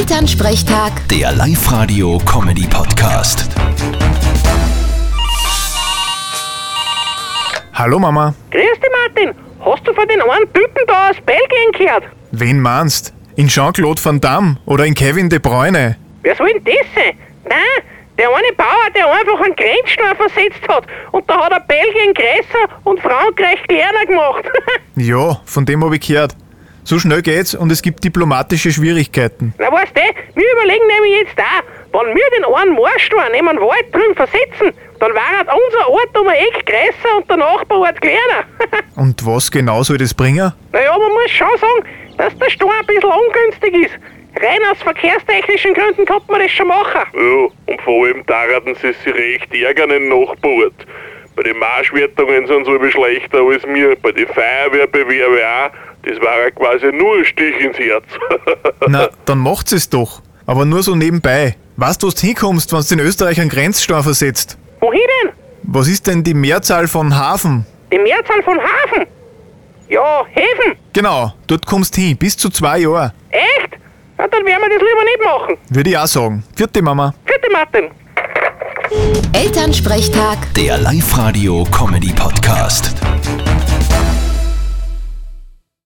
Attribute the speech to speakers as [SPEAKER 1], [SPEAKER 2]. [SPEAKER 1] Elternsprechtag,
[SPEAKER 2] Der Live-Radio-Comedy-Podcast.
[SPEAKER 3] Hallo Mama,
[SPEAKER 4] Grüß dich, Martin. Hast du von den einen Typen da aus Belgien gehört?
[SPEAKER 3] wen meinst? In Jean-Claude Van Damme oder in Kevin De Bruyne?
[SPEAKER 4] Wer soll denn das sein? Nein, der eine Bauer, der einfach einen Grenzstein versetzt hat. Und da hat er Belgien größer und Frankreich kleiner gemacht.
[SPEAKER 3] Ja, von dem habe ich gehört. So schnell geht's und es gibt diplomatische Schwierigkeiten.
[SPEAKER 4] Na weißt du, wir überlegen nämlich jetzt auch, wenn wir den einen Moorstein in einen Wald drüben versetzen, dann wäre unser Ort um ein Eck größer und der Nachbarort kleiner.
[SPEAKER 3] Und was genau soll das bringen?
[SPEAKER 4] naja, man muss schon sagen, dass der Stein ein bisschen ungünstig ist. Rein aus verkehrstechnischen Gründen konnte man das schon machen.
[SPEAKER 5] Ja, und vor allem daran sie sich recht ärgern in Nachbarort. Bei den Marschwertungen sind sie alle schlechter als mir, bei den Feuerwehrbewerben auch. Das war ja quasi nur ein Stich ins Herz.
[SPEAKER 3] Na, dann macht's es doch. Aber nur so nebenbei. Weißt du, wo du hinkommst, wenn du in Österreich einen Grenzstau versetzt?
[SPEAKER 4] Wohin denn?
[SPEAKER 3] Was ist denn die Mehrzahl von Hafen?
[SPEAKER 4] Die Mehrzahl von Hafen? Ja, Häfen.
[SPEAKER 3] Genau, dort kommst hin, bis zu zwei Jahre.
[SPEAKER 4] Echt? Na, dann werden wir das lieber nicht machen.
[SPEAKER 3] Würde ich auch sagen. Vierte Mama.
[SPEAKER 4] Vierte Martin.
[SPEAKER 1] Elternsprechtag.
[SPEAKER 2] Der Live-Radio-Comedy-Podcast.